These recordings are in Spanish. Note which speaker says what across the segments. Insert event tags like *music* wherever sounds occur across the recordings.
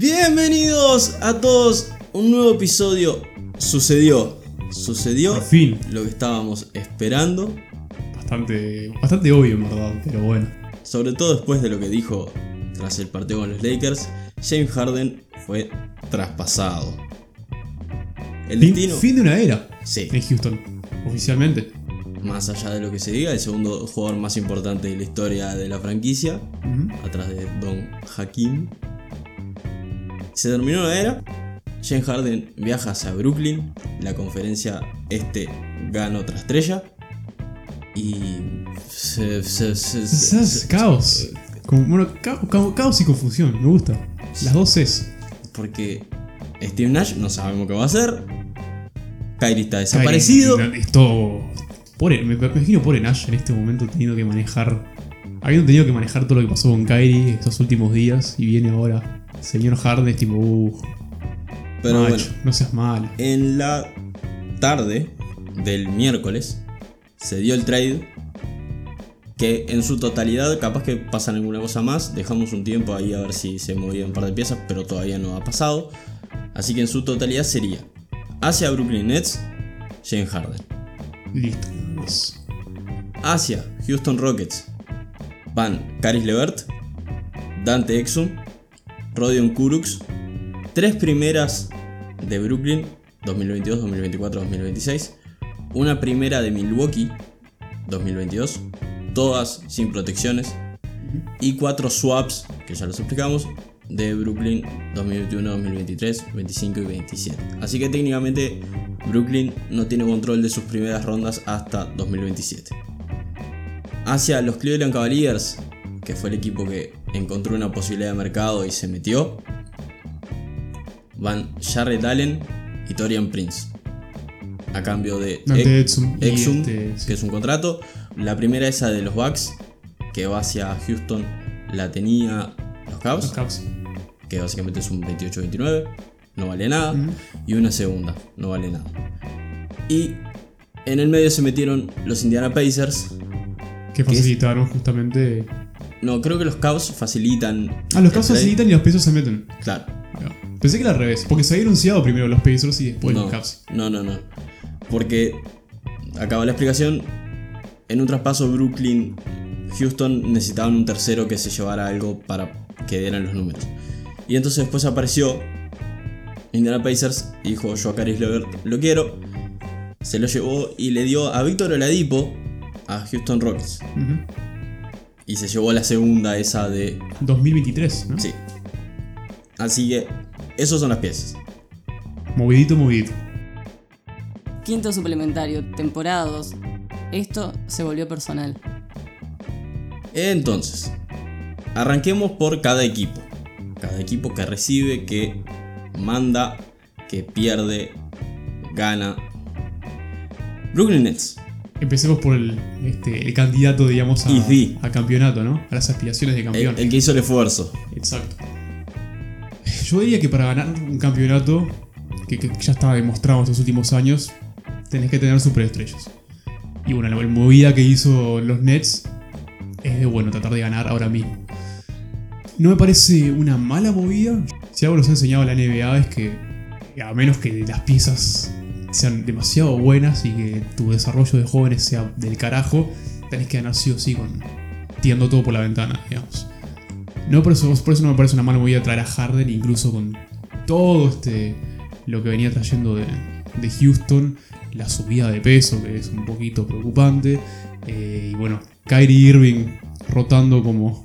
Speaker 1: Bienvenidos a todos. Un nuevo episodio sucedió. Sucedió
Speaker 2: Por fin.
Speaker 1: lo que estábamos esperando.
Speaker 2: Bastante, bastante obvio en verdad, pero bueno.
Speaker 1: Sobre todo después de lo que dijo tras el partido con los Lakers, James Harden fue traspasado. El
Speaker 2: Fin,
Speaker 1: destino.
Speaker 2: fin de una era
Speaker 1: Sí,
Speaker 2: en Houston, oficialmente.
Speaker 1: más allá de lo que se diga, el segundo jugador más importante de la historia de la franquicia,
Speaker 2: Ujú.
Speaker 1: atrás de Don Hakim. Se terminó la era. James Harden viaja hacia Brooklyn. La conferencia este gana otra estrella. Y. se- se- se- se-
Speaker 2: Quizás caos. Como- bueno, ca- ca- caos y confusión, me gusta. Las dos es.
Speaker 1: Porque Steve Nash no sabemos qué va a hacer. Kyrie está desaparecido.
Speaker 2: Es todo. Pobre- e, me, me imagino pobre Nash en este momento teniendo que manejar. Habiendo tenido que manejar todo lo que pasó con Kyrie estos últimos días y viene ahora el señor Harden, es tipo, uh,
Speaker 1: Pero
Speaker 2: macho,
Speaker 1: bueno,
Speaker 2: no seas malo.
Speaker 1: en la tarde del miércoles se dio el trade. Que en su totalidad, capaz que pasan alguna cosa más. Dejamos un tiempo ahí a ver si se movían un par de piezas, pero todavía no ha pasado. Así que en su totalidad sería hacia Brooklyn Nets, James Harden.
Speaker 2: Listo, nada más.
Speaker 1: Hacia Houston Rockets van Caris Levert, Dante Exum, Rodion Kurux, tres primeras de Brooklyn 2022, 2024, 2026, una primera de Milwaukee 2022, todas sin protecciones, y cuatro swaps, que ya los explicamos, de Brooklyn 2021, 2023, 25 y 27. Así que técnicamente Brooklyn no tiene control de sus primeras rondas hasta 2027 hacia los Cleveland Cavaliers, que fue el equipo que encontró una posibilidad de mercado y se metió, van Jarrett Allen y Torian Prince. A cambio de
Speaker 2: Dante
Speaker 1: Ex-
Speaker 2: Exum. y
Speaker 1: Exum,
Speaker 2: este, sí.
Speaker 1: que es un contrato. La primera esa de los Bucks, que va hacia Houston, la tenía los
Speaker 2: Los
Speaker 1: Cavs,
Speaker 2: Cavs.
Speaker 1: que básicamente es un 28-29, no vale nada.
Speaker 2: Ujú.
Speaker 1: Y una segunda, no vale nada. Y en el medio se metieron los Indiana Pacers,
Speaker 2: Que
Speaker 1: ¿Qué es?
Speaker 2: facilitaron justamente.
Speaker 1: No, creo que los Cavs facilitan.
Speaker 2: Ah, los
Speaker 1: el
Speaker 2: Cavs
Speaker 1: trade.
Speaker 2: facilitan y los Pacers se meten.
Speaker 1: Claro.
Speaker 2: Ahí va. Pensé que era al revés, porque se había anunciado primero los Pacers y después los
Speaker 1: No,
Speaker 2: Cavs.
Speaker 1: no, no, no. Porque acaba la explicación. En un traspaso Brooklyn, Houston necesitaban un tercero que se llevara algo para que dieran los números. Y entonces después apareció Indiana Pacers, dijo yo a Caris Levert lo quiero. Se lo llevó y le dio a Víctor Oladipo a Houston Rockets.
Speaker 2: Ujú.
Speaker 1: Y se llevó la segunda esa de
Speaker 2: 2023, ¿no?
Speaker 1: Sí. Así que, esos son las piezas.
Speaker 2: Movidito, movidito.
Speaker 3: Quinto suplementario, temporada 2. Esto se volvió personal.
Speaker 1: Entonces, arranquemos por cada equipo. Cada equipo que recibe, que manda, que pierde, gana. Brooklyn Nets.
Speaker 2: Empecemos por el, este, el candidato, digamos, a,
Speaker 1: Y sí.
Speaker 2: a campeonato, ¿no? A las aspiraciones de campeón.
Speaker 1: El, el que hizo el esfuerzo.
Speaker 2: Exacto. Yo diría que para ganar un campeonato, que, que ya estaba demostrado en estos últimos años, tenés que tener superestrellas. Y bueno, la movida que hizo los Nets es de bueno, tratar de ganar ahora mismo. No me parece una mala movida. Si algo nos ha enseñado la NBA es que, a menos que las piezas sean demasiado buenas y que tu desarrollo de jóvenes sea del carajo, tenés que ganar sí o sí con tirando todo por la ventana, digamos. No, por eso, por eso no me parece una mala movida traer a Harden, incluso con todo este lo que venía trayendo de, de Houston, la subida de peso, que es un poquito preocupante. eh, y bueno, Kyrie Irving rotando como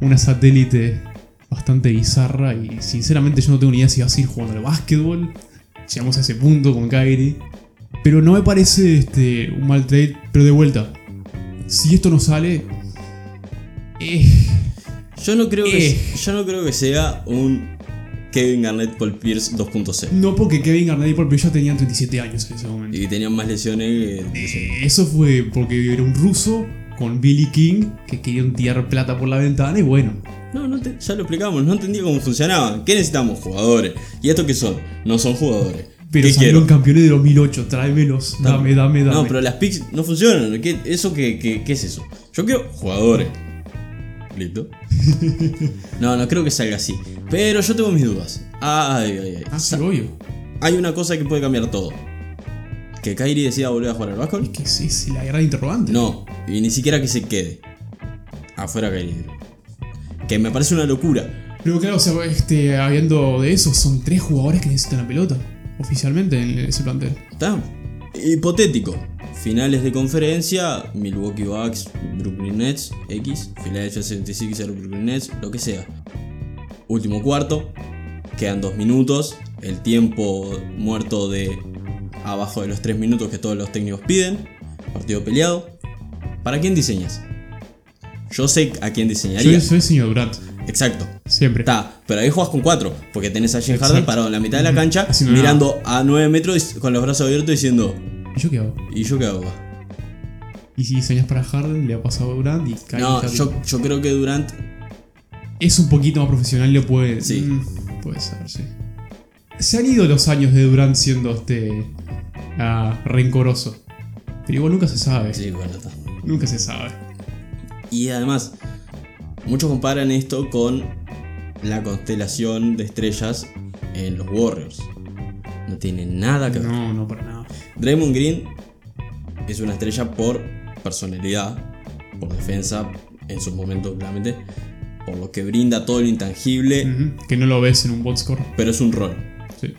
Speaker 2: una satélite bastante bizarra. Y sinceramente yo no tengo ni idea si va a seguir jugando al básquetbol. Llegamos a ese punto con Kyrie. Pero no me parece este, un mal trade, pero de vuelta. Si esto no sale. eh,
Speaker 1: Yo no creo que,
Speaker 2: Eh.
Speaker 1: yo no creo que sea un Kevin Garnett Paul Pierce 2.0.
Speaker 2: No porque Kevin Garnett y Paul Pierce ya tenían 37 años en ese momento.
Speaker 1: Y tenían más lesiones que.
Speaker 2: Eh, eso fue porque era un ruso con Billy King que querían tirar plata por la ventana y bueno.
Speaker 1: No, no te- ya lo explicamos, no entendía cómo funcionaban. ¿Qué necesitamos? Jugadores. ¿Y estos qué son? No son jugadores.
Speaker 2: Pero
Speaker 1: ¿Qué
Speaker 2: salieron
Speaker 1: quiero?
Speaker 2: campeones de 2008, tráemelos, dame, dame, dame.
Speaker 1: No, pero las picks no funcionan. ¿Qué, ¿Eso qué, qué- qué es eso? Yo quiero jugadores.
Speaker 2: *laughs*
Speaker 1: Listo. No, no creo que salga así. Pero yo tengo mis dudas. Ay, ay, ay.
Speaker 2: Ah, sí,
Speaker 1: Sa-
Speaker 2: obvio.
Speaker 1: Hay una cosa que puede cambiar todo. ¿Que Kairi decida volver a jugar al básquetbol?
Speaker 2: ¿Qué es, es la gran interrogante?
Speaker 1: No, y ni siquiera que se quede. Afuera Kairi. Que me parece una locura.
Speaker 2: Pero claro, o sea, este, habiendo de eso, son tres jugadores que necesitan la pelota. Oficialmente en ese plantel.
Speaker 1: Está. Hipotético. Finales de conferencia, Milwaukee Bucks, Brooklyn Nets, X, Philadelphia 76ers, Brooklyn Nets, lo que sea. Último cuarto, quedan dos minutos, el tiempo muerto de abajo de los tres minutos que todos los técnicos piden, partido peleado. ¿Para quién diseñas? Yo sé a quién
Speaker 2: Yo
Speaker 1: diseñaría.
Speaker 2: soy señor Durant,
Speaker 1: Exacto.
Speaker 2: siempre.
Speaker 1: Está, pero ahí jugás con cuatro, porque tenés a James
Speaker 2: Exacto.
Speaker 1: Harden parado en la mitad de la cancha,
Speaker 2: Haciendo nada.
Speaker 1: mirando a 9 metros y- con los brazos abiertos diciendo,
Speaker 2: ¿Y yo qué hago?
Speaker 1: ¿y yo qué hago?
Speaker 2: Y si diseñas para Harden, le ha pasado a Durant y cae
Speaker 1: No,
Speaker 2: Harden.
Speaker 1: yo, yo creo que Durant
Speaker 2: Es un poquito más profesional, lo puede.
Speaker 1: Sí.
Speaker 2: Mm, puede ser, sí. Se han ido los años de Durant siendo este. ah, rencoroso. Pero igual nunca se sabe.
Speaker 1: Sí, bueno, está.
Speaker 2: Nunca se sabe.
Speaker 1: Y además, muchos comparan esto con la constelación de estrellas en los Warriors. No tiene nada que ver.
Speaker 2: No, no para nada.
Speaker 1: Draymond Green es una estrella por personalidad, por defensa, en su momento claramente, por lo que brinda todo lo intangible,
Speaker 2: Ujú, Que no lo ves en un bot score.
Speaker 1: pero es un rol.
Speaker 2: Sí.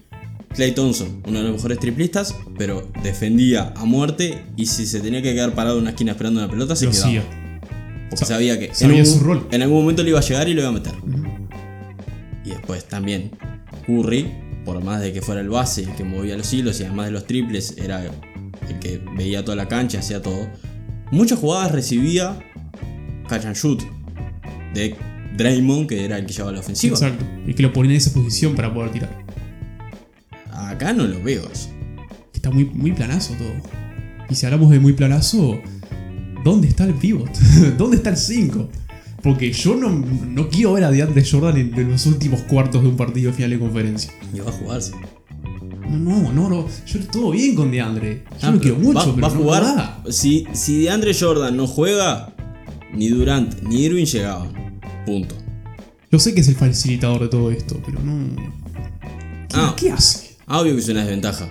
Speaker 1: Clay Thompson, uno de los mejores triplistas, pero defendía a muerte y si se tenía que quedar parado en una esquina esperando una pelota, se
Speaker 2: lo
Speaker 1: quedaba.
Speaker 2: hacía.
Speaker 1: Porque
Speaker 2: Sa-
Speaker 1: sabía que
Speaker 2: sabía
Speaker 1: en,
Speaker 2: su
Speaker 1: algún,
Speaker 2: rol.
Speaker 1: en algún momento le iba a llegar y lo iba a meter.
Speaker 2: Ujú.
Speaker 1: Y después también Curry, por más de que fuera el base, el que movía los hilos y además de los triples, era el que veía toda la cancha, hacía todo. Muchas jugadas recibía catch and shoot de Draymond, que era el que llevaba la ofensiva.
Speaker 2: Exacto. Y que lo ponía en esa posición para poder tirar.
Speaker 1: Acá no lo veo eso.
Speaker 2: Está muy, muy planazo todo. Y si hablamos de muy planazo, ¿dónde está el pivot? *laughs* ¿Dónde está el 5? Porque yo no, no quiero ver a DeAndre Jordan en, en los últimos cuartos de un partido de final de conferencia.
Speaker 1: Y va a jugarse.
Speaker 2: No, no, no, no. Yo todo bien con DeAndre. Yo lo quiero mucho,
Speaker 1: Ah, va,
Speaker 2: pero
Speaker 1: va a
Speaker 2: no
Speaker 1: jugar.
Speaker 2: da.
Speaker 1: Si, si DeAndre Jordan no juega, ni Durant ni Irving llegaban. Punto.
Speaker 2: Yo sé que es el facilitador de todo esto, pero no. ¿Qué,
Speaker 1: Ah.
Speaker 2: qué hace?
Speaker 1: Ah, Obvio que es una desventaja.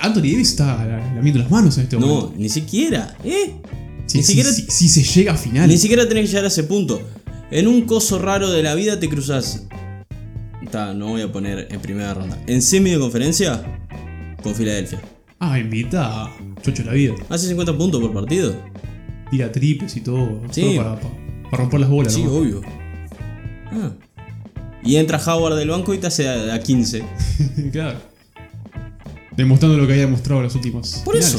Speaker 2: Anthony Davis está lamiendo las manos en este momento.
Speaker 1: No, ni siquiera. ¿Eh?
Speaker 2: si,
Speaker 1: ni
Speaker 2: si-
Speaker 1: siquiera-
Speaker 2: si- si se llega a final.
Speaker 1: Ni siquiera tenés que llegar a ese punto. En un coso raro de la vida te cruzas. Ta, no voy a poner en primera ronda. En semi de conferencia con Filadelfia.
Speaker 2: Ah, invita a Chocho la vida.
Speaker 1: Hace 50 puntos por partido.
Speaker 2: Tira triples y todo.
Speaker 1: Sí.
Speaker 2: Solo para, pa- para romper las bolas.
Speaker 1: Sí,
Speaker 2: ¿no?
Speaker 1: obvio. Ah. Y entra Howard del banco y te hace a, a 15.
Speaker 2: *laughs* claro. Demostrando lo que había demostrado en los últimos.
Speaker 1: Por eso.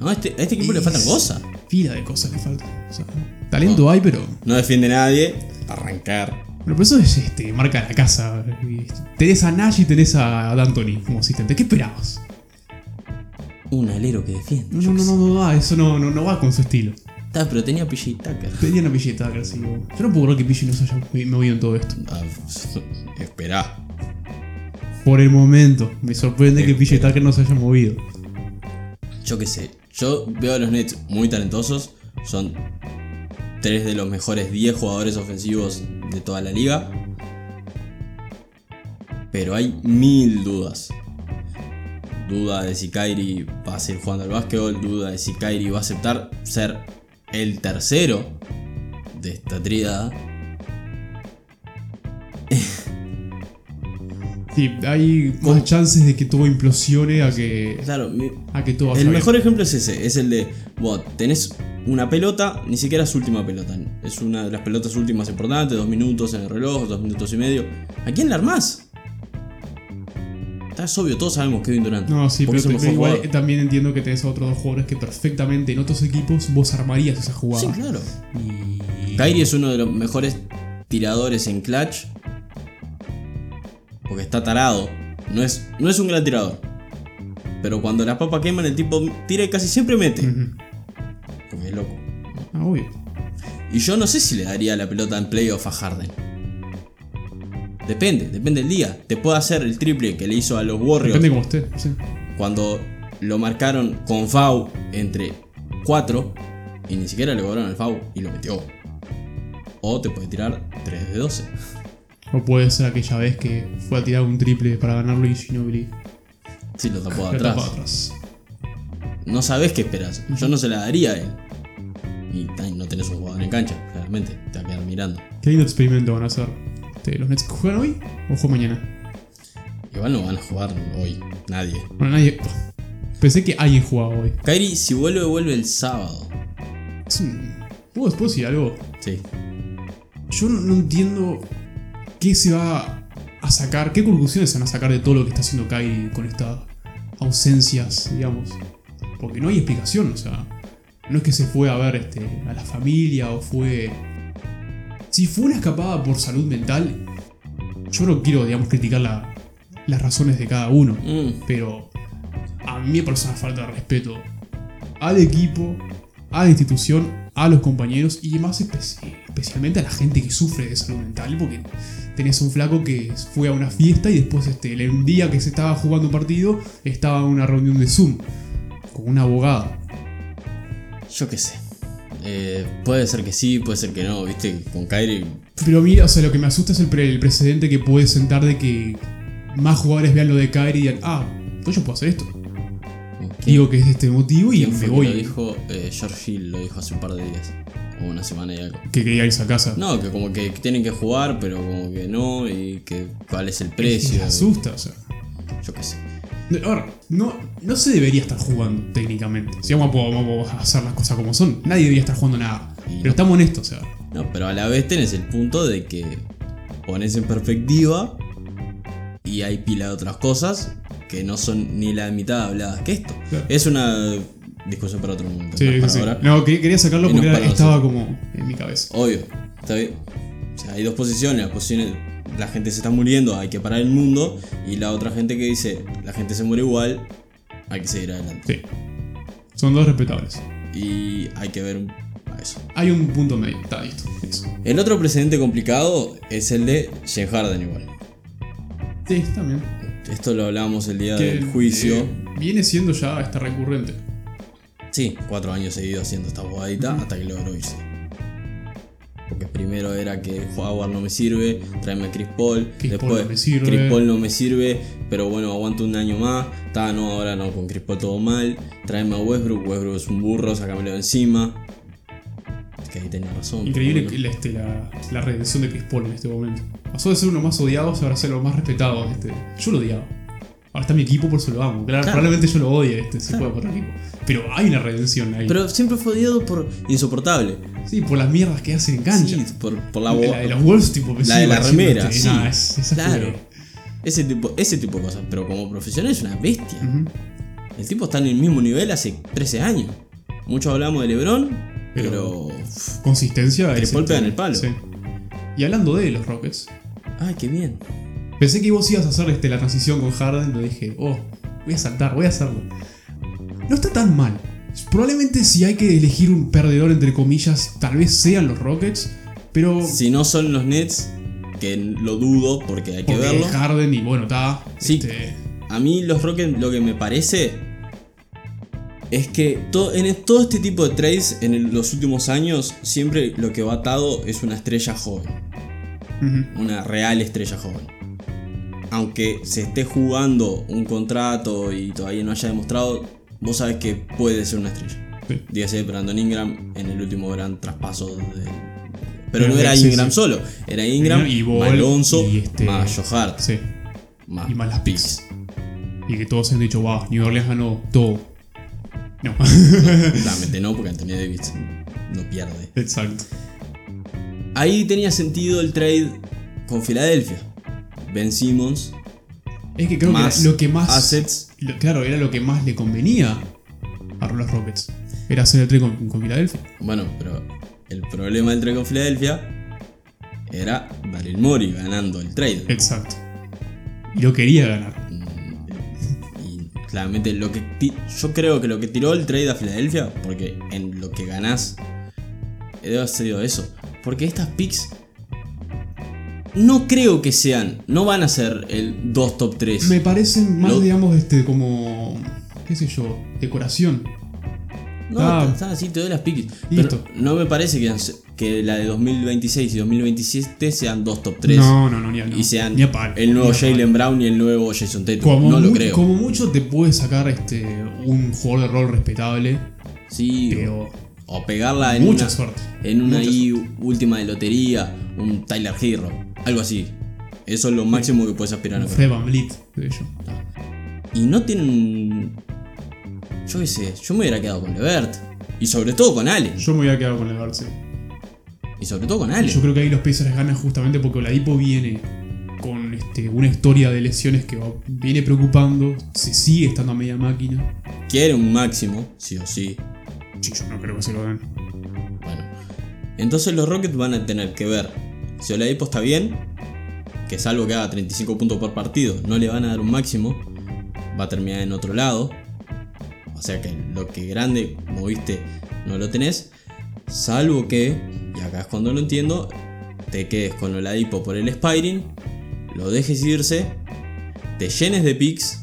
Speaker 1: No, a este, a este equipo le faltan
Speaker 2: Es-
Speaker 1: cosas.
Speaker 2: Pila de cosas que faltan. O sea, talento hay, pero.
Speaker 1: No defiende nadie. Arrancar.
Speaker 2: Pero por eso es este, marca de la casa. Tenés a Nash y tenés a D'Antoni como asistente. ¿Qué esperabas?
Speaker 1: Un alero que defiende.
Speaker 2: No, no, no, no va, eso no, no, no va con su estilo.
Speaker 1: Ta, pero tenía PJ Tucker.
Speaker 2: Tenía una pilleta, casi. Yo no puedo creer que Pidgey no se haya movido en todo esto.
Speaker 1: Ah, *laughs* esperá.
Speaker 2: Por el momento, me sorprende que PJ Tucker no se haya movido.
Speaker 1: yo qué sé, yo veo a los Nets muy talentosos, son tres de los mejores 10 jugadores ofensivos de toda la liga. Pero hay mil dudas. Duda de si Kyrie va a seguir jugando al básquetbol, duda de si Kyrie va a aceptar ser el tercero de esta tríada.
Speaker 2: Sí, hay más chances de que todo implosione a que,
Speaker 1: Claro, mi-
Speaker 2: a que todo vaya
Speaker 1: El
Speaker 2: bien.
Speaker 1: mejor ejemplo es ese, es el de, vos tenés una pelota, ni siquiera es última pelota, es una de las pelotas últimas importantes, dos minutos en el reloj, dos minutos y medio. ¿A quién la armás? Está es obvio, todos sabemos que Kevin Durant.
Speaker 2: No, sí,
Speaker 1: porque
Speaker 2: pero,
Speaker 1: es el
Speaker 2: pero
Speaker 1: mejor
Speaker 2: igual
Speaker 1: jugador.
Speaker 2: también entiendo que tenés a otros dos jugadores que perfectamente en otros equipos vos armarías esa jugada.
Speaker 1: Sí, claro.
Speaker 2: Y...
Speaker 1: Kyrie es uno de los mejores tiradores en clutch. Porque está tarado. No es, no es un gran tirador. Pero cuando las papas queman, el tipo tira y casi siempre mete.
Speaker 2: Ujú.
Speaker 1: Porque es loco.
Speaker 2: Ah, obvio.
Speaker 1: Y yo no sé si le daría la pelota en playoff a Harden. Depende, depende del día. Te puede hacer el triple que le hizo a los Warriors
Speaker 2: Depende como esté. sí.
Speaker 1: cuando lo marcaron con FAU entre 4 y ni siquiera le cobraron el FAU y lo metió. O te puede tirar 3 de 12.
Speaker 2: O puede ser aquella vez que fue a tirar un triple para ganarlo y Ginobili
Speaker 1: Si *laughs* lo tapó
Speaker 2: lo tapó
Speaker 1: atrás.
Speaker 2: atrás.
Speaker 1: No sabes qué esperas. Yo no se la daría a él. Y ta, no tenés un jugador en cancha, claramente. Te va a quedar mirando.
Speaker 2: Qué lindo experimento van a hacer. Este, ¿Los Nets juegan hoy o juegan mañana?
Speaker 1: Igual no van a jugar hoy. Nadie.
Speaker 2: Bueno, nadie. Pensé que alguien jugaba hoy.
Speaker 1: Kairi, si vuelve, vuelve el sábado.
Speaker 2: Es un- ¿Puedo, puedo decir algo?
Speaker 1: Sí.
Speaker 2: Yo no, no entiendo qué se va a sacar, qué conclusiones se van a sacar de todo lo que está haciendo Kyrie con estas ausencias, digamos. Porque no hay explicación, o sea. No es que se fue a ver este, a la familia o fue. Si fue una escapada por salud mental, yo no quiero, digamos, criticar la- las razones de cada uno.
Speaker 1: Mm,
Speaker 2: Pero a mí me parece una falta de respeto al equipo, a la institución, a los compañeros y más espe- especialmente a la gente que sufre de salud mental. Porque tenés un flaco que fue a una fiesta y después este, el- un día que se estaba jugando un partido estaba en una reunión de Zoom con un abogado.
Speaker 1: yo qué sé. Eh, puede ser que sí, puede ser que no. Viste, con Kairi.
Speaker 2: Pero mira, o sea, lo que me asusta es el, pre- el precedente que puede sentar de que más jugadores vean lo de Kyrie y digan, ah, pues yo puedo hacer esto. Digo que es este motivo y
Speaker 1: ¿Quién fue
Speaker 2: me
Speaker 1: que
Speaker 2: voy.
Speaker 1: Lo dijo eh, George Hill, lo dijo hace un par de días. O una semana y algo.
Speaker 2: Que quería irse a casa.
Speaker 1: No, que como que tienen que jugar, pero como que no. Y que cuál es el
Speaker 2: Me
Speaker 1: precio.
Speaker 2: asusta, o sea.
Speaker 1: Yo qué sé.
Speaker 2: No, a ver, no, no se debería estar jugando técnicamente. Si vamos a, vamos a hacer las cosas como son, nadie debería estar jugando nada.
Speaker 1: Y no.
Speaker 2: Pero estamos honestos, o sea.
Speaker 1: No, pero a la vez tenés el punto de que pones en perspectiva y hay pila de otras cosas que no son ni la mitad habladas que esto.
Speaker 2: Claro.
Speaker 1: Es una discusión para otro momento. no
Speaker 2: Sí,
Speaker 1: es para
Speaker 2: sí.
Speaker 1: ahora.
Speaker 2: No, que- quería sacarlo
Speaker 1: Y
Speaker 2: porque
Speaker 1: no
Speaker 2: era-
Speaker 1: para
Speaker 2: estaba como en mi cabeza.
Speaker 1: Obvio, está bien. O sea, hay dos posiciones. La posición es, la gente se está muriendo, hay que parar el mundo. Y la otra gente que dice, la gente se muere igual, hay que seguir adelante.
Speaker 2: Sí. Son dos respetables.
Speaker 1: Y hay que ver un- a eso.
Speaker 2: Hay un punto medio. Está listo. Eso.
Speaker 1: El otro precedente complicado es el de James Harden igual.
Speaker 2: Sí, está bien.
Speaker 1: Esto lo hablábamos el día
Speaker 2: Que,
Speaker 1: del juicio.
Speaker 2: eh, viene siendo ya esta recurrente.
Speaker 1: Sí, cuatro años seguido haciendo esta bobadita hasta que logró irse. Porque primero era que Howard no me sirve, tráeme a Chris Paul,
Speaker 2: Chris
Speaker 1: después
Speaker 2: Paul no me sirve.
Speaker 1: Chris Paul no me sirve, pero bueno, aguanto un año más, está no, ahora no, con Chris Paul todo mal, tráeme a Westbrook, Westbrook es un burro, sácamelo de encima. Que ahí tenía razón.
Speaker 2: Increíble
Speaker 1: pero
Speaker 2: que
Speaker 1: bueno.
Speaker 2: la, este, la, la redención de Chris Paul en este momento. Pasó de ser uno más odiado ahora ser lo más respetado. Este. Yo lo odiaba. Ahora está mi equipo, por eso lo amo. Claro,
Speaker 1: Claro.
Speaker 2: Probablemente yo lo odie, este, si
Speaker 1: Claro.
Speaker 2: juega por otro equipo. Pero hay una redención ahí.
Speaker 1: Pero siempre fue odiado por insoportable.
Speaker 2: sí, por las mierdas que hacen en cancha.
Speaker 1: Sí, por, por la
Speaker 2: la,
Speaker 1: boba.
Speaker 2: de los Wolves, tipo,
Speaker 1: La de la remera, sí. Claro.
Speaker 2: claro.
Speaker 1: Ese tipo, ese tipo de cosas, pero como profesional es una bestia. El tipo está en el mismo nivel hace 13 años. Muchos hablamos de LeBron, pero.
Speaker 2: Pero- Consistencia.
Speaker 1: Chris
Speaker 2: es,
Speaker 1: Paul pega
Speaker 2: este,
Speaker 1: en el palo.
Speaker 2: sí. Y hablando de los Rockets,
Speaker 1: Ay, qué bien.
Speaker 2: Pensé que vos ibas a hacer este, la transición con Harden, lo dije, oh, voy a saltar, voy a hacerlo. No está tan mal. Probablemente si hay que elegir un perdedor, entre comillas, tal vez sean los Rockets, pero
Speaker 1: Si no son los Nets, que lo dudo porque hay que
Speaker 2: porque
Speaker 1: verlo.
Speaker 2: Harden y bueno, está.
Speaker 1: Sí.
Speaker 2: este,
Speaker 1: A mí, los Rockets, lo que me parece es que to- en el- todo este tipo de trades en el- los últimos años, siempre lo que va atado es una estrella joven.
Speaker 2: ujú.
Speaker 1: una real estrella joven. Aunque se esté jugando un contrato y todavía no haya demostrado, vos sabés que puede ser una estrella.
Speaker 2: Sí.
Speaker 1: Dígase Brandon Ingram en el último gran traspaso de... Pero no
Speaker 2: Sí,
Speaker 1: era
Speaker 2: sí,
Speaker 1: Ingram
Speaker 2: sí.
Speaker 1: solo, era Ingram,
Speaker 2: Y Ball,
Speaker 1: más Alonso,
Speaker 2: y este-
Speaker 1: más Joe Hart,
Speaker 2: Sí.
Speaker 1: más
Speaker 2: y más las
Speaker 1: picks.
Speaker 2: *laughs* Y que todos han dicho, wow, New Orleans ganó todo.
Speaker 1: *laughs*
Speaker 2: No. *laughs*
Speaker 1: Claramente no, porque Anthony Davis no pierde.
Speaker 2: Exacto.
Speaker 1: Ahí tenía sentido el trade con Filadelfia. Ben Simmons,
Speaker 2: Es que creo
Speaker 1: Más
Speaker 2: que era lo que más.
Speaker 1: assets.
Speaker 2: lo- claro, era lo que más le convenía a los Rockets. Era hacer el tren con, con Filadelfia.
Speaker 1: Bueno, pero el problema del trade con Filadelfia era Daryl Mori ganando el trade.
Speaker 2: Exacto. Y lo quería ganar.
Speaker 1: Y claramente lo que ti- yo creo que lo que tiró el trade a Filadelfia, porque en lo que ganás, eh, debe haber sido eso. Porque estas picks no creo que sean, no van a ser el 2 top 3.
Speaker 2: Me parecen más,
Speaker 1: Lo-
Speaker 2: digamos, este, como. qué sé yo, decoración.
Speaker 1: No,
Speaker 2: Ah.
Speaker 1: está- está así, te doy las piquis.
Speaker 2: Listo.
Speaker 1: Pero no me parece que, que la de 2026 y 2027 sean dos top 3.
Speaker 2: No, no, no, ni a, no.
Speaker 1: Y sean
Speaker 2: ni a palo,
Speaker 1: el nuevo
Speaker 2: ni a palo.
Speaker 1: Jalen Brown y el nuevo Jason Tatum.
Speaker 2: Como,
Speaker 1: no lo
Speaker 2: mu-
Speaker 1: creo.
Speaker 2: como mucho te puede sacar este, un jugador de rol respetable,
Speaker 1: Sí, o-
Speaker 2: pero
Speaker 1: o pegarla en
Speaker 2: mucha
Speaker 1: una,
Speaker 2: suerte.
Speaker 1: en una
Speaker 2: Mucha
Speaker 1: I última de lotería, un Tyler Hero, algo así. Eso es lo máximo que puedes aspirar a
Speaker 2: Fred VanVleet, de hecho.
Speaker 1: Ah, Y no tienen. Yo qué sé, yo me hubiera quedado con Levert. Y sobre todo con Allen.
Speaker 2: Yo me hubiera quedado con Levert, sí.
Speaker 1: Y sobre todo con Allen.
Speaker 2: Yo creo que ahí los Pacers ganan justamente porque Oladipo viene con este, una historia de lesiones que va- viene preocupando, se sigue estando a media máquina.
Speaker 1: Quiere un máximo, sí o sí.
Speaker 2: Sí, yo no creo que se lo den.
Speaker 1: Bueno. Entonces los Rockets van a tener que ver si Oladipo está bien, que salvo que haga 35 puntos por partido, no le van a dar un máximo, va a terminar en otro lado. O sea que lo que grande moviste no lo tenés, salvo que, y acá es cuando lo entiendo, te quedes con Oladipo por el Spiring, lo dejes irse, te llenes de picks,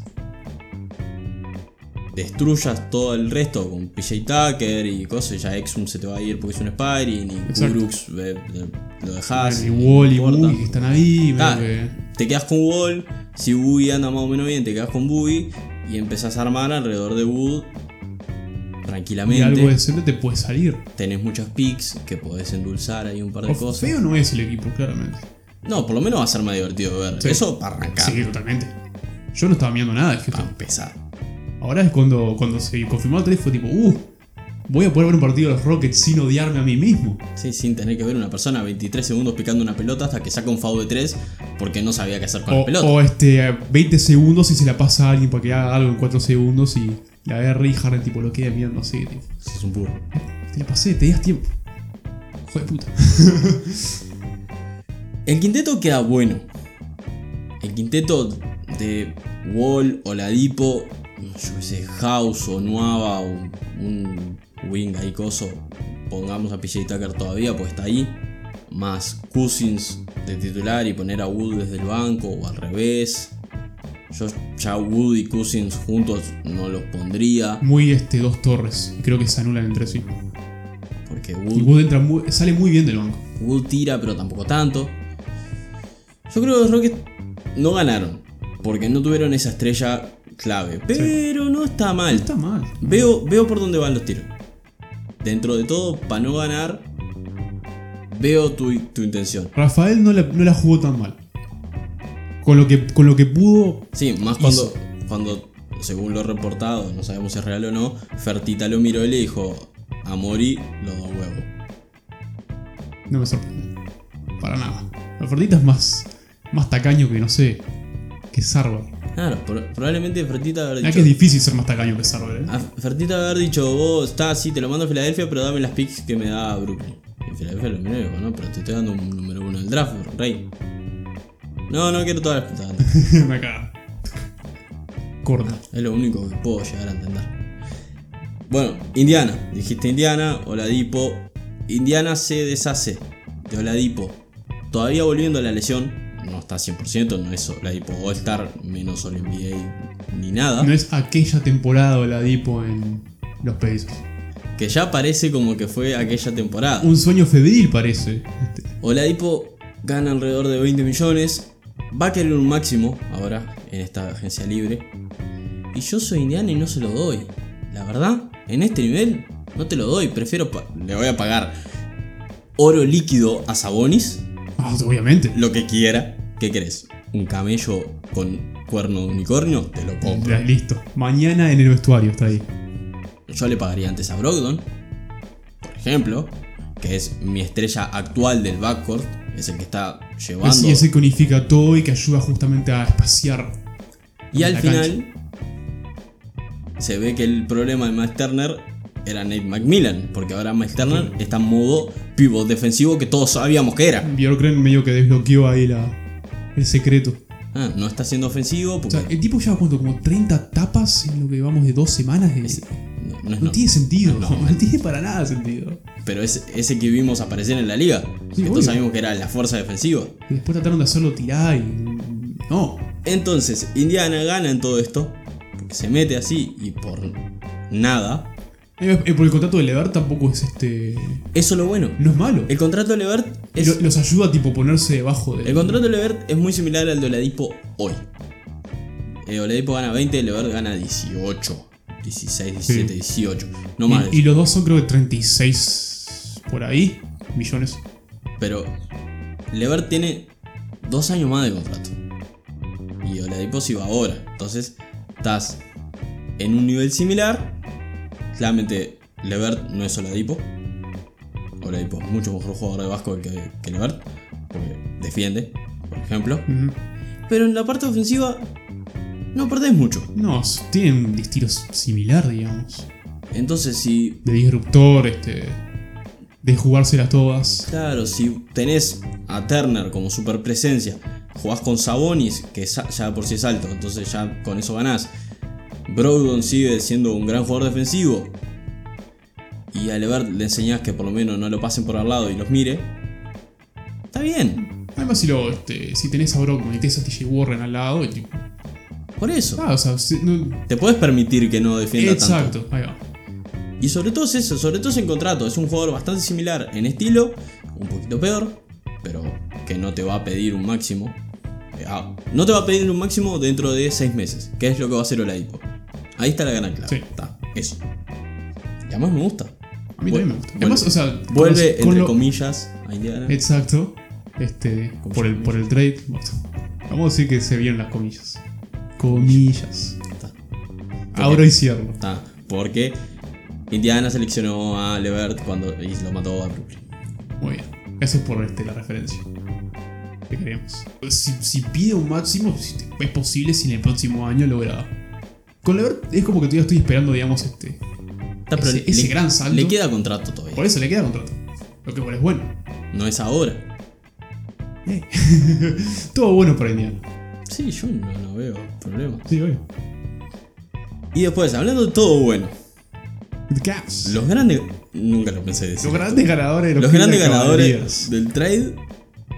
Speaker 1: destruyas todo el resto con PJ Tucker y cosas, ya Exum se te va a ir porque es un Spiring y
Speaker 2: Exacto.
Speaker 1: Kubrooks eh, eh, lo dejas.
Speaker 2: y Wall y
Speaker 1: importa.
Speaker 2: Boogie que están ahí.
Speaker 1: Ah.
Speaker 2: medio que-
Speaker 1: Te quedas con Wall, si Boogie anda más o menos bien, te quedas con Boogie y empezás a armar alrededor de Wood
Speaker 2: y algo
Speaker 1: tranquilamente.
Speaker 2: decente te puede salir.
Speaker 1: Tenés muchas picks que podés endulzar ahí un par de
Speaker 2: O
Speaker 1: cosas.
Speaker 2: feo no es el equipo, claramente.
Speaker 1: No, por lo menos va a ser más divertido de ver.
Speaker 2: Sí.
Speaker 1: Eso para arrancar,
Speaker 2: Sí, totalmente. Yo no estaba mirando nada de
Speaker 1: para
Speaker 2: Houston.
Speaker 1: empezar.
Speaker 2: Ahora es cuando, cuando se confirmó el trade fue tipo, uh, voy a poder ver un partido de los Rockets sin odiarme a mí mismo.
Speaker 1: Sí, sin tener que ver una persona 23 segundos picando una pelota hasta que saca un FAU de 3 porque no sabía qué hacer con la
Speaker 2: O,
Speaker 1: pelota.
Speaker 2: o, este, 20 segundos y se la pasa a alguien para que haga algo en 4 segundos y la agarre y Harden tipo lo queda mirando así, tipo,
Speaker 1: Es un burro.
Speaker 2: Te la pasé, te das tiempo. Joder puta.
Speaker 1: El quinteto queda bueno. El quinteto de Wall, Oladipo, yo qué sé, House o Nuava o un Wing ahí coso. Pongamos a PJ Tucker todavía, pues está ahí. Más Cousins de titular y poner a Wood desde el banco o al revés. Yo ya Wood y Cousins juntos no los pondría.
Speaker 2: Muy este, dos torres. Creo que se anulan entre sí.
Speaker 1: Porque
Speaker 2: Y
Speaker 1: Wood
Speaker 2: Wood entra muy- sale muy bien del banco.
Speaker 1: Wood tira, pero tampoco tanto. Yo creo que los Rockets no ganaron, porque no tuvieron esa estrella clave. Pero no está mal.
Speaker 2: No está mal.
Speaker 1: Veo, veo por dónde van los tiros. Dentro de todo, para no ganar, veo tu, tu intención.
Speaker 2: Rafael no la, no la jugó tan mal. Con lo que, con lo que pudo.
Speaker 1: Sí, más
Speaker 2: Hizo.
Speaker 1: cuando, cuando, según lo reportado, no sabemos si es real o no, Fertita lo miró y le dijo, a Mori los dos huevos.
Speaker 2: No me sorprende. Para nada. La Ferdita es más, más tacaño que, no sé, que Sarver.
Speaker 1: Claro, pro- probablemente Fertita haber
Speaker 2: Mirá
Speaker 1: dicho...
Speaker 2: Ah, que es difícil ser más tacaño que Sarver, ¿eh?
Speaker 1: A Ah, Fertita haber dicho, vos está así, te lo mando a Filadelfia, pero dame las picks que me da Brooklyn. Y Filadelfia lo miró y dijo, no, pero te estoy dando un número uno del draft, rey. No, no quiero todas las putadas.
Speaker 2: *laughs* Me cago. ¿eh? Corta.
Speaker 1: Es lo único que puedo llegar a entender. Bueno, Indiana. Dijiste Indiana, Oladipo. Indiana se deshace de Oladipo. Todavía volviendo a la lesión, no está 100%, no es Oladipo All-Star, menos All-NBA ni nada.
Speaker 2: No es aquella temporada de la Dipo en los Pacers.
Speaker 1: Que ya parece como que fue aquella temporada.
Speaker 2: Un sueño febril parece. Este,
Speaker 1: Oladipo gana alrededor de 20 millones. Va a querer un máximo ahora en esta agencia libre. Y yo soy indiano y no se lo doy. La verdad, en este nivel no te lo doy. Prefiero. pa- Le voy a pagar oro líquido a Sabonis.
Speaker 2: ah, obviamente.
Speaker 1: Lo que quiera. ¿Qué querés? ¿Un camello con cuerno de unicornio? Te lo compro.
Speaker 2: Ya, listo. Mañana en el vestuario está ahí.
Speaker 1: Yo le pagaría antes a Brogdon, por ejemplo, que es mi estrella actual del backcourt. Es el que está llevando.
Speaker 2: Es, y ese que unifica todo y que ayuda justamente a espaciar.
Speaker 1: Y al
Speaker 2: la
Speaker 1: final se ve que el problema de Miles Turner era Nate McMillan, porque ahora Miles Turner está en modo pivot defensivo que todos sabíamos que era.
Speaker 2: Bjorkren medio que desbloqueó ahí la, el secreto.
Speaker 1: Ah, no está siendo ofensivo
Speaker 2: O
Speaker 1: porque
Speaker 2: sea, el tipo lleva cuánto, como 30 tapas en lo que vamos de dos semanas. de-
Speaker 1: no, no es
Speaker 2: no,
Speaker 1: no.
Speaker 2: tiene sentido.
Speaker 1: No,
Speaker 2: *laughs*
Speaker 1: eh.
Speaker 2: No,
Speaker 1: no.
Speaker 2: tiene para nada sentido.
Speaker 1: pero es ese que vimos aparecer en la liga,
Speaker 2: Sí,
Speaker 1: que
Speaker 2: obvio.
Speaker 1: todos sabíamos que era la fuerza defensiva.
Speaker 2: Y después trataron de hacerlo tirar y. No.
Speaker 1: Entonces, Indiana gana en todo esto, porque se mete así y por nada
Speaker 2: Eh, eh, porque el contrato de Levert tampoco es este.
Speaker 1: Eso es lo bueno.
Speaker 2: No es malo.
Speaker 1: El contrato de Levert es.
Speaker 2: Lo- los ayuda tipo a ponerse debajo del.
Speaker 1: El contrato de Levert es muy similar al de Oladipo hoy. Eh, Oladipo gana 20, Levert gana 18. 16, 17, 18. No más. de
Speaker 2: y, y los dos son creo que 36 por ahí millones.
Speaker 1: eso. Pero Levert tiene dos años más de contrato. Y Oladipo se va ahora. Entonces, estás en un nivel similar. Claramente, Levert no es Oladipo. Oladipo es mucho mejor jugador de básquetbol que, que Levert. Porque defiende, por ejemplo.
Speaker 2: Ujú.
Speaker 1: Pero en la parte ofensiva no perdés mucho.
Speaker 2: No, s- tienen un estilo s- similar, digamos.
Speaker 1: Entonces, si,
Speaker 2: De disruptor, este. De jugárselas todas.
Speaker 1: claro, si tenés a Turner como super presencia, jugás con Sabonis, que sa- ya de por sí es alto, entonces ya con eso ganás. Brogdon sigue siendo un gran jugador defensivo. Y a Levert le enseñás que por lo menos no lo pasen por al lado y los mire. Está bien,
Speaker 2: Además, si, lo, este, si tenés a Brockman y tenés a TJ Warren al lado, y tipo,
Speaker 1: por eso.
Speaker 2: ah, o sea, si- no-
Speaker 1: Te puedes permitir que no defienda tanto.
Speaker 2: exacto, ahí va.
Speaker 1: Y sobre todo es eso, sobre todo es en contrato. Es un jugador bastante similar en estilo, un poquito peor, pero que no te va a pedir un máximo. Eh, ah, no te va a pedir un máximo dentro de seis meses, que es lo que va a hacer Oladipo. Ahí está la gran clave.
Speaker 2: Sí.
Speaker 1: Está, eso. Y además me gusta.
Speaker 2: A mí
Speaker 1: Vuel-
Speaker 2: también me gusta. Además,
Speaker 1: vuelve-
Speaker 2: o sea, con
Speaker 1: Vuelve,
Speaker 2: los- con
Speaker 1: entre
Speaker 2: lo- Eh.
Speaker 1: comillas, a Indiana.
Speaker 2: Exacto. Este,
Speaker 1: Comillas,
Speaker 2: por, el, por el trade. bueno, vamos a decir que se vieron las comillas. Comillas.
Speaker 1: Está,
Speaker 2: Abro y cierro.
Speaker 1: está. Porque Indiana seleccionó a Levert cuando y lo mató a Brooklyn.
Speaker 2: Muy bien. Gracias por este, la referencia. Te queremos. Si, si pide un máximo, si te- es posible si en el próximo año logra. Con Levert es como que todavía estoy esperando, digamos, este.
Speaker 1: Está, pero
Speaker 2: Ese- ese gran salto.
Speaker 1: Le queda contrato todavía.
Speaker 2: Por eso le queda contrato. Lo que bueno es bueno.
Speaker 1: No es ahora.
Speaker 2: Todo bueno para Indiana.
Speaker 1: Sí, yo no, no veo problema.
Speaker 2: Sí, obvio.
Speaker 1: Y después, hablando de todo bueno,
Speaker 2: Caps.
Speaker 1: los grandes. Nunca lo pensé decir.
Speaker 2: Los grandes ganadores de
Speaker 1: Los
Speaker 2: Cleveland
Speaker 1: grandes ganadores
Speaker 2: Cavaliers.
Speaker 1: del trade.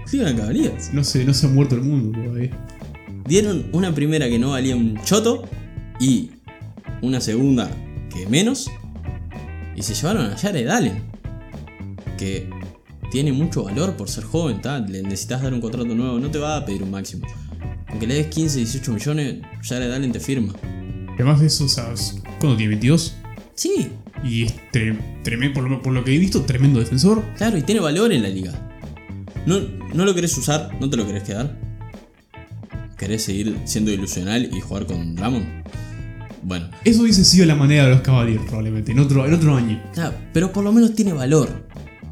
Speaker 1: Cleveland Cavaliers.
Speaker 2: No se, no se ha muerto el mundo todavía.
Speaker 1: Dieron una primera que no valía un choto. Y una segunda que menos. Y se llevaron a Jared Allen. Que tiene mucho valor por ser joven. ¿tá? Le necesitas dar un contrato nuevo. No te va a pedir un máximo. Aunque le des 15, 18 millones, Jared Allen te firma.
Speaker 2: Además de eso, ¿sabes? ¿Cuándo tiene 22?
Speaker 1: Sí,
Speaker 2: Y es tremendo, por lo, por lo que he visto, tremendo defensor.
Speaker 1: Claro, y tiene valor en la liga. No, no lo querés usar, no te lo querés quedar. ¿Querés seguir siendo ilusional y jugar con Drummond? Bueno,
Speaker 2: Eso hubiese sido la manera de los Cavaliers, probablemente, en otro, en otro año.
Speaker 1: claro, pero por lo menos tiene valor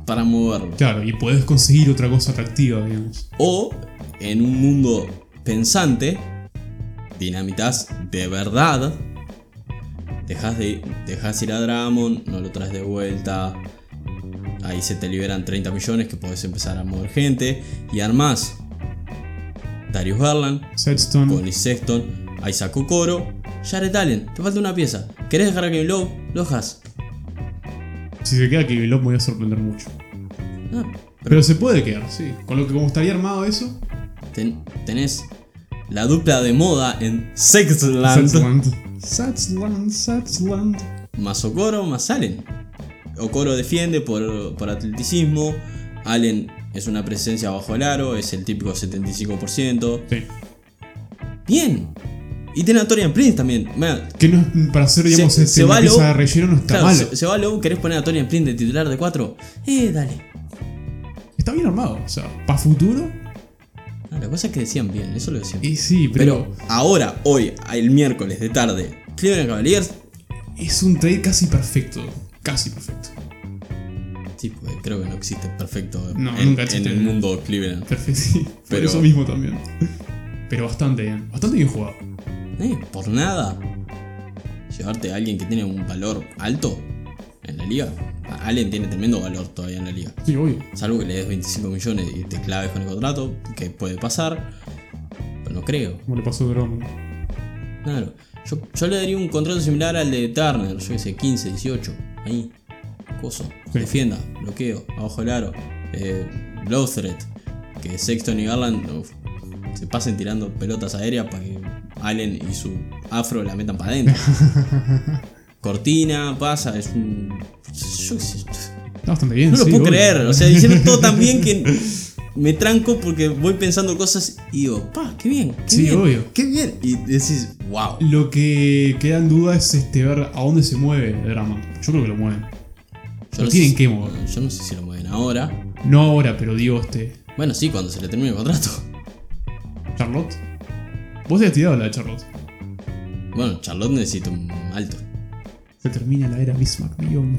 Speaker 1: para moverlo.
Speaker 2: Claro, y podés conseguir otra cosa atractiva, digamos.
Speaker 1: O, en un mundo pensante, dinamitas de verdad. Dejas de dejás ir a Drummond, no lo traes de vuelta. Ahí se te liberan 30 millones que podés empezar a mover gente. Y armás Darius Garland,
Speaker 2: Sexton,
Speaker 1: Connie Sexton, Isaac Okoro, Jared Allen. Te falta una pieza. ¿Querés dejar a Kevin Love? Lo dejas.
Speaker 2: si se queda que Love me voy a sorprender mucho.
Speaker 1: Ah,
Speaker 2: Pero, se puede quedar, sí. Con lo que como estaría armado eso.
Speaker 1: ten- tenés la dupla de moda en Sextland.
Speaker 2: Satsland. Satsland, Satsland.
Speaker 1: Más Okoro, más Allen. Okoro defiende por, por atleticismo. Allen es una presencia bajo el aro. Es el típico 75%.
Speaker 2: Sí.
Speaker 1: Bien. Y tenés a Torian Prince también. Man,
Speaker 2: Que no es para hacer, digamos,
Speaker 1: Se-
Speaker 2: este,
Speaker 1: se
Speaker 2: una
Speaker 1: va
Speaker 2: pieza
Speaker 1: Love.
Speaker 2: de relleno no está
Speaker 1: claro,
Speaker 2: malo.
Speaker 1: se, se va Love. ¿Querés poner a Torian Prince de titular de 4? Eh, dale.
Speaker 2: Está bien armado. O sea, para futuro.
Speaker 1: No, la cosa es que decían bien. Eso lo decían bien.
Speaker 2: Y sí,
Speaker 1: Pero
Speaker 2: pero,
Speaker 1: ahora, hoy, el miércoles de tarde, Cleveland Cavaliers.
Speaker 2: es un trade casi perfecto. Casi perfecto.
Speaker 1: Sí, porque creo que no existe perfecto
Speaker 2: No,
Speaker 1: en,
Speaker 2: nunca
Speaker 1: en
Speaker 2: existe.
Speaker 1: el mundo Cleveland.
Speaker 2: Perfecto, sí. Por
Speaker 1: Pero-
Speaker 2: eso mismo también. Pero bastante bien. Bastante bien jugado.
Speaker 1: Eh, por nada. Llevarte a alguien que tiene un valor alto en la liga. A- Allen tiene tremendo valor todavía en la liga.
Speaker 2: Sí, obvio.
Speaker 1: Salvo que le des 25 millones y te claves con el contrato, que puede pasar. Pero no creo.
Speaker 2: Como le pasó a Drummond.
Speaker 1: Claro. Yo, yo le daría un contrato similar al de Turner, yo qué sé, 15, 18. Ahí. Coso.
Speaker 2: Sí.
Speaker 1: Defienda, bloqueo, abajo del aro. Eh, blow threat. Que Sexton y Garland uf, se pasen tirando
Speaker 2: *laughs*
Speaker 1: pelotas aéreas para que Allen y su afro la metan para adentro. cortina, pasa, es un. yo qué sé.
Speaker 2: Está bastante bien.
Speaker 1: No lo
Speaker 2: sí,
Speaker 1: puedo
Speaker 2: obvio.
Speaker 1: creer. O sea, hicieron todo tan bien que me tranco porque voy pensando cosas y digo, pa, qué bien, qué
Speaker 2: Sí,
Speaker 1: bien,
Speaker 2: obvio.
Speaker 1: qué bien. Y decís, wow.
Speaker 2: Lo que queda en duda es este, ver a dónde se mueve el drama. Yo creo que lo mueven. Lo tienen que mover.
Speaker 1: Yo no sé si lo mueven ahora.
Speaker 2: No ahora, pero digo este.
Speaker 1: Bueno, sí, cuando se le termine el contrato. *laughs*
Speaker 2: Charlotte. Vos te has tirado la de Charlotte.
Speaker 1: Bueno, Charlotte necesita un alto.
Speaker 2: Se termina la era Miss McMillion.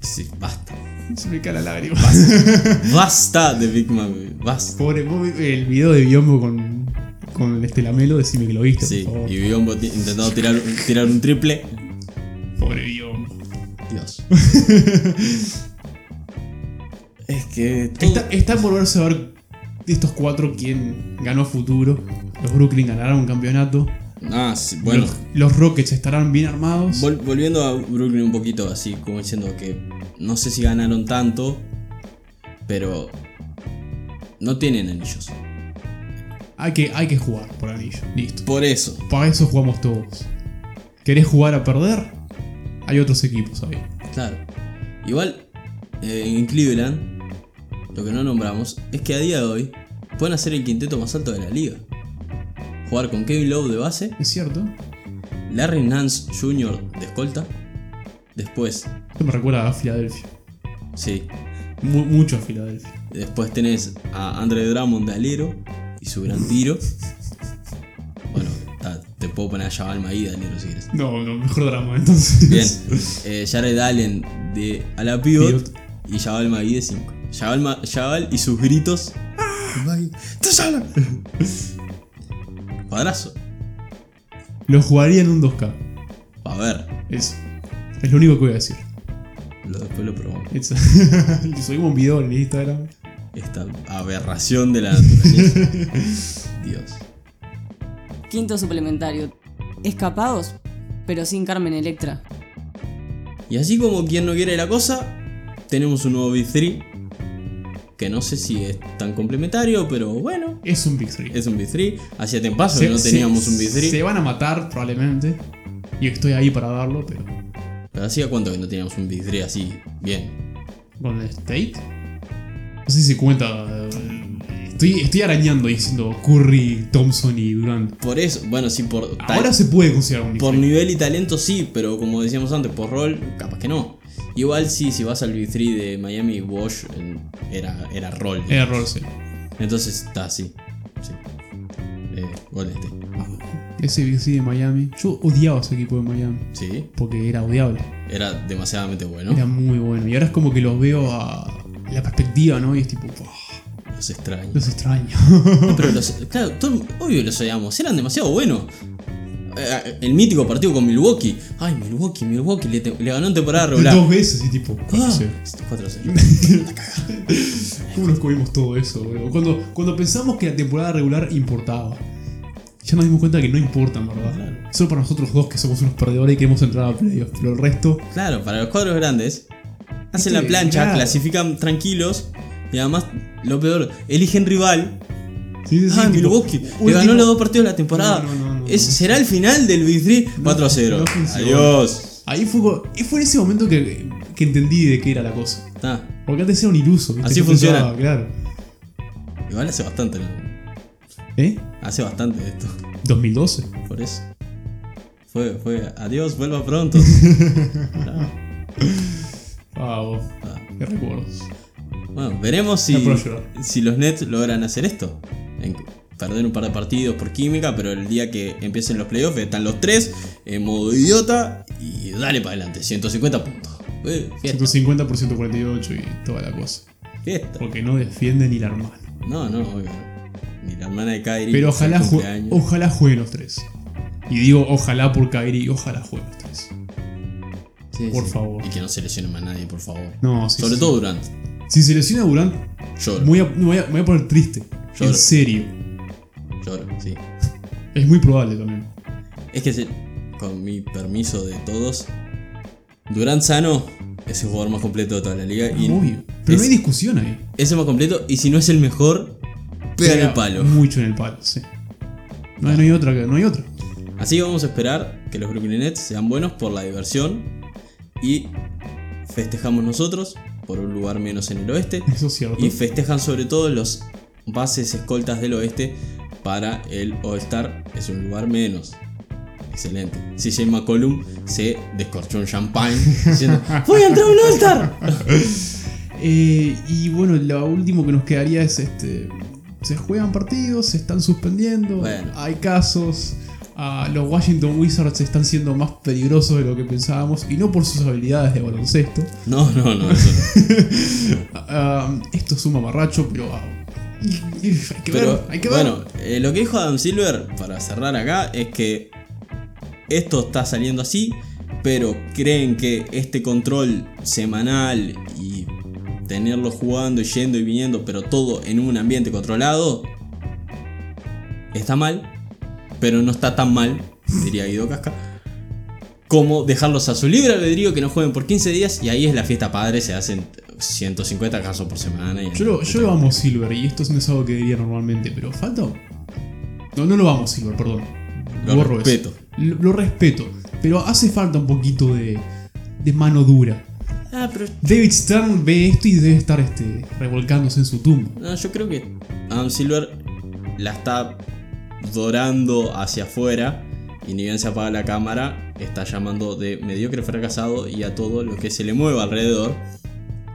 Speaker 1: Sí, basta.
Speaker 2: Se me cae la lágrima. *laughs*
Speaker 1: Basta de Big Mac, basta.
Speaker 2: Pobre, vos, el video de Biombo con, con este lamelo, decime que lo viste.
Speaker 1: Sí,
Speaker 2: por favor.
Speaker 1: y Biombo ti- intentando tirar, tirar un triple.
Speaker 2: Pobre Biombo. *laughs*
Speaker 1: Dios. es que. todo-
Speaker 2: Está, está por verse a ver de estos cuatro quién ganó futuro. Los Brooklyn ganaron un campeonato.
Speaker 1: Ah, sí, bueno.
Speaker 2: Los, los Rockets estarán bien armados.
Speaker 1: Vol- volviendo a Brooklyn un poquito, así como diciendo que no sé si ganaron tanto, pero no tienen anillos.
Speaker 2: Hay que, hay que jugar por anillo. Listo.
Speaker 1: Por eso,
Speaker 2: Para eso jugamos todos. ¿Querés jugar a perder? Hay otros equipos ahí.
Speaker 1: claro. Igual, eh, en Cleveland, lo que no nombramos es que a día de hoy pueden hacer el quinteto más alto de la liga. Jugar con Kevin Love de base,
Speaker 2: ¿Es cierto?
Speaker 1: Larry Nance Jr. de escolta, después,
Speaker 2: Esto me recuerda a Filadelfia.
Speaker 1: sí,
Speaker 2: Mu- mucho a Filadelfia.
Speaker 1: Después tenés a Andre Drummond de alero y su gran tiro. Bueno, ta, te puedo poner a Jabal Maí de alero si quieres.
Speaker 2: No, no, mejor drama entonces. *laughs*
Speaker 1: Bien. Eh, Jared Allen de a la pivot
Speaker 2: Pivot.
Speaker 1: y Jabal Maí de 5. Jabal, Ma- Jabal y sus gritos. Maguí, ¡Te sala! Cuadrazo.
Speaker 2: Lo jugaría en un 2K.
Speaker 1: A ver,
Speaker 2: Eso. Es lo único que voy a decir.
Speaker 1: lo- después lo probamos.
Speaker 2: Eso. *laughs* Y subimos un video en el Instagram.
Speaker 1: Esta aberración de la naturaleza.
Speaker 2: *laughs*
Speaker 1: Dios.
Speaker 3: Quinto suplementario. Escapados, pero sin Carmen Electra.
Speaker 1: Y así como quien no quiere la cosa, tenemos un nuevo Big 3. Que no sé si es tan complementario, pero bueno,
Speaker 2: Es un Big 3.
Speaker 1: es un Big 3. Hacía tempaso que no teníamos un Big 3.
Speaker 2: Se van a matar probablemente. Y estoy ahí para darlo, pero.
Speaker 1: Pero hacía cuánto que no teníamos un Big 3 así, bien.
Speaker 2: Golden State. No sé si se cuenta. eh, Estoy, estoy arañando diciendo Curry, Thompson y Durant.
Speaker 1: Por eso, bueno, sí, por, ta-
Speaker 2: Ahora se puede considerar un Big
Speaker 1: por
Speaker 2: Three.
Speaker 1: nivel y talento sí, pero como decíamos antes, por rol, capaz que no. Igual sí, si vas al Big 3 de Miami, Bosch eh, era, era rol.
Speaker 2: Error, sí.
Speaker 1: Entonces está así. Sí. Eh, Golden State.
Speaker 2: Ese Big 3 de Miami. Yo odiaba ese equipo de Miami.
Speaker 1: Sí,
Speaker 2: Porque era odiable.
Speaker 1: era demasiadamente bueno.
Speaker 2: Era muy bueno. Y ahora es como que los veo a la perspectiva, ¿no? Y es tipo, "Buah,
Speaker 1: Los extraño.
Speaker 2: los extraño.
Speaker 1: Pero los, claro, todo- obvio los odiamos, eran demasiado buenos. Eh, El mítico partido con Milwaukee. Ay, Milwaukee, Milwaukee, le, te- le ganó en temporada
Speaker 2: *laughs*
Speaker 1: regular.
Speaker 2: Dos veces y tipo, no
Speaker 1: Ah,
Speaker 2: sé.
Speaker 1: 4-0.
Speaker 2: ¿Cómo nos comimos todo eso, boludo? Cuando, cuando pensamos que la temporada regular importaba, ya nos dimos cuenta que no importa, en ¿verdad?
Speaker 1: Claro.
Speaker 2: Solo para nosotros dos que somos unos perdedores y queremos entrar a playoffs, pero el resto.
Speaker 1: Claro, para los cuadros grandes, hacen
Speaker 2: Viste,
Speaker 1: la plancha,
Speaker 2: claro.
Speaker 1: clasifican tranquilos y además, lo peor, eligen rival.
Speaker 2: Sí, sí, sí,
Speaker 1: Ay, Ah,
Speaker 2: tipo,
Speaker 1: Milwaukee,
Speaker 2: último-
Speaker 1: le ganó los dos partidos de la temporada.
Speaker 2: No, no, no, no.
Speaker 1: Es- será el final del Big 3
Speaker 2: No,
Speaker 1: 4-0.
Speaker 2: no funcionó.
Speaker 1: Adiós.
Speaker 2: Ahí fue, co- y fue en ese momento que, que entendí de qué era la cosa.
Speaker 1: Ah,
Speaker 2: Porque antes era un iluso. ¿viste?
Speaker 1: Así
Speaker 2: Yo
Speaker 1: funciona.
Speaker 2: pensaba, Claro.
Speaker 1: igual hace bastante,
Speaker 2: ¿Eh?
Speaker 1: hace bastante de esto.
Speaker 2: 2012.
Speaker 1: Por eso. Fue, fue, adiós, vuelva
Speaker 2: *laughs*
Speaker 1: pronto. Ah,
Speaker 2: Ah, vos,
Speaker 1: ah.
Speaker 2: qué recuerdos.
Speaker 1: Bueno, veremos
Speaker 2: No
Speaker 1: si,
Speaker 2: puedo llorar.
Speaker 1: si los Nets logran hacer esto. En- perder un par de partidos por química, pero el día que empiecen los playoffs están los tres en modo idiota y dale para adelante, 150 puntos. Eh, fiesta,
Speaker 2: 150 por 148 y toda la cosa.
Speaker 1: fiesta.
Speaker 2: Porque no defiende ni la hermana.
Speaker 1: No, no, obvio. Ni la hermana de Kyrie.
Speaker 2: Pero
Speaker 1: que es el
Speaker 2: ojalá, jue-
Speaker 1: cumpleaños.
Speaker 2: ojalá jueguen los tres. Y digo ojalá por Kairi, ojalá jueguen los tres.
Speaker 1: Sí,
Speaker 2: por
Speaker 1: sí.
Speaker 2: favor.
Speaker 1: Y que no se lesione más nadie, por favor.
Speaker 2: No, sí,
Speaker 1: Sobre
Speaker 2: sí.
Speaker 1: todo Durant.
Speaker 2: Si se lesiona Durant,
Speaker 1: Lloro,
Speaker 2: me voy a, me voy a- me voy a poner triste.
Speaker 1: Lloro.
Speaker 2: En serio.
Speaker 1: lloro, sí.
Speaker 2: Es muy probable también.
Speaker 1: Es que, se- con mi permiso de todos, Durant Sano es el jugador más completo de toda la liga. y
Speaker 2: Ah, obvio. Pero
Speaker 1: es,
Speaker 2: no hay discusión ahí.
Speaker 1: es el más completo y si no es el mejor, pega en el palo.
Speaker 2: Mucho en el palo, sí. No, hay- no hay otra. *laughs* que- No hay otra.
Speaker 1: Así que vamos a esperar que los Brooklyn Nets sean buenos por la diversión y festejamos nosotros por un lugar menos en el oeste
Speaker 2: Eso es *laughs* cierto.
Speaker 1: y festejan sobre todo los bases escoltas del oeste para el All-Star, es un lugar menos. Excelente. CJ McCollum se descorchó un champagne diciendo: ¡Voy a entrar a un All-Star!
Speaker 2: Eh, y bueno, lo último que nos quedaría es este. Se juegan partidos, se están suspendiendo,
Speaker 1: Bueno.
Speaker 2: hay casos. ah, los Washington Wizards están siendo más peligrosos de lo que pensábamos y no por sus habilidades de baloncesto.
Speaker 1: No, no, no. eso no.
Speaker 2: Ah, esto es un mamarracho, pero. ah, hay que ver,
Speaker 1: Pero
Speaker 2: hay que ver.
Speaker 1: bueno, eh, lo que dijo Adam Silver para cerrar acá es que esto está saliendo así, pero creen que este control semanal y tenerlo jugando y yendo y viniendo, pero todo en un ambiente controlado, está mal, pero no está tan mal, diría Guido Casca. Como dejarlos a su libre albedrío que no jueguen por 15 días y ahí es la fiesta padre, se hacen 150 casos por semana. y-
Speaker 2: Yo, lo, yo lo amo Silver y esto no es algo que diría normalmente, pero falta. No, no lo amo Silver, perdón.
Speaker 1: Lo
Speaker 2: Borro eso.
Speaker 1: respeto.
Speaker 2: Lo, lo respeto, pero hace falta un poquito de, de mano dura.
Speaker 1: Ah, pero
Speaker 2: David Stern ve esto y debe estar este, revolcándose en su tumba.
Speaker 1: No, yo creo que Adam Silver la está dorando hacia afuera y ni bien se apaga la cámara, está llamando de mediocre fracasado y a todo lo que se le mueva alrededor.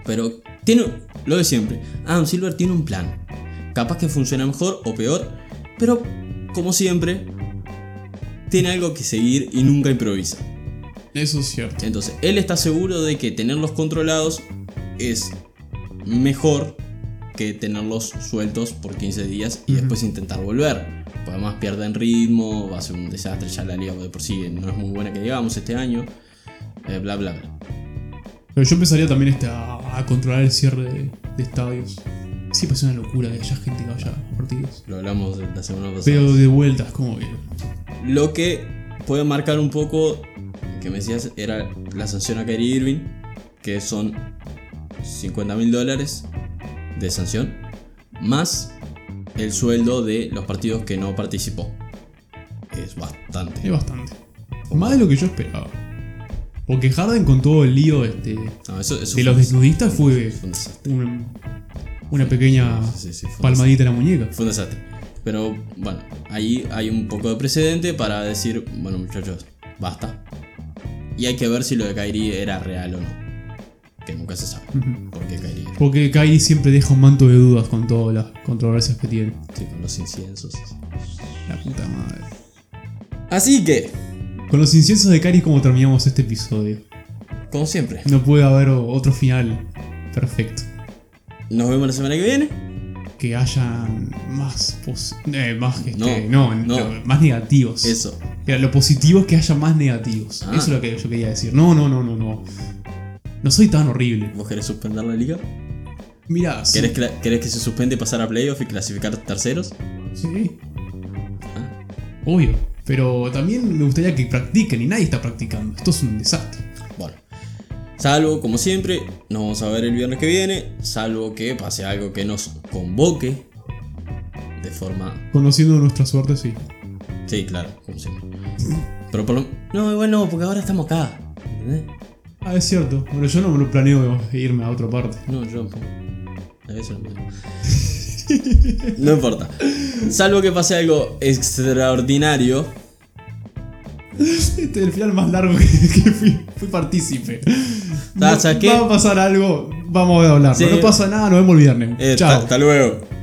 Speaker 1: Pero tiene lo de siempre. Adam Silver tiene un plan. Capaz que funciona mejor o peor, pero como siempre, tiene algo que seguir y nunca improvisa.
Speaker 2: Eso es cierto.
Speaker 1: Entonces, él está seguro de que tenerlos controlados es mejor que tenerlos sueltos por 15 días y
Speaker 2: Ujú.
Speaker 1: después intentar volver. Porque además pierden ritmo, va a ser un desastre, ya la liga de por sí no es muy buena que digamos este año, eh, bla bla bla.
Speaker 2: Pero yo empezaría también este, a, a controlar el cierre de, de estadios. Siempre es una locura que haya gente que vaya a partidos.
Speaker 1: Lo hablamos de la semana pasada.
Speaker 2: Pero de vuelta es como que.
Speaker 1: Lo que puede marcar un poco, que me decías, era la sanción a Kyrie Irving, que son 50 mil dólares de sanción, más el sueldo de los partidos que no participó. Es
Speaker 2: Es
Speaker 1: bastante.
Speaker 2: bastante. Más de lo que yo esperaba. Porque Harden con todo el lío este,
Speaker 1: No, eso, eso
Speaker 2: de
Speaker 1: fue
Speaker 2: los
Speaker 1: un-
Speaker 2: desnudistas fue
Speaker 1: fue un desastre.
Speaker 2: un- una pequeña
Speaker 1: Sí, sí, fue un
Speaker 2: palmadita en la muñeca.
Speaker 1: Fue un desastre. Pero bueno, ahí hay un poco de precedente para decir, bueno muchachos, basta. Y hay que ver si lo de Kyrie era real o no. Que nunca se sabe.
Speaker 2: Ujú.
Speaker 1: Porque Kyrie
Speaker 2: Porque Kyrie siempre deja un manto de dudas con todas las controversias que tiene.
Speaker 1: Sí, con los inciensos.
Speaker 2: La puta madre.
Speaker 1: Así que,
Speaker 2: Con los inciensos de Kyrie es como terminamos este episodio.
Speaker 1: como siempre,
Speaker 2: No puede haber o- otro final perfecto.
Speaker 1: nos vemos la semana que viene.
Speaker 2: Que hayan más pos- eh, más que
Speaker 1: No,
Speaker 2: no,
Speaker 1: no.
Speaker 2: no, más negativos.
Speaker 1: Eso.
Speaker 2: Mira, Lo positivo es que haya más negativos.
Speaker 1: Ah.
Speaker 2: Eso es lo que yo quería decir. No, no, no, no, no. No soy tan horrible.
Speaker 1: ¿Vos querés suspender la liga?
Speaker 2: Mira, sí.
Speaker 1: ¿Querés, cla- querés que se suspende pasar a playoff y clasificar terceros?
Speaker 2: Sí.
Speaker 1: Ah.
Speaker 2: Obvio. Pero también me gustaría que practiquen y nadie está practicando. Esto es un desastre.
Speaker 1: Bueno. Salvo, como siempre, nos vamos a ver el viernes que viene. Salvo que pase algo que nos convoque. De forma...
Speaker 2: Conociendo nuestra suerte, sí.
Speaker 1: Sí, claro, como siempre. Pero por lo... No, igual no, porque ahora estamos acá. ¿entendés?
Speaker 2: Ah, es cierto. Bueno, yo no me lo planeo irme a otra parte.
Speaker 1: No, yo tampoco. A veces no me- No importa. Salvo que pase algo extraordinario.
Speaker 2: *laughs* Este es el final más largo que, que fui, fui partícipe.
Speaker 1: Ah, ¿sabes qué?
Speaker 2: Va a pasar algo, vamos a hablar.
Speaker 1: Sí.
Speaker 2: No pasa nada, nos vemos el viernes.
Speaker 1: Eh, ta-
Speaker 2: Chao.
Speaker 1: Hasta luego.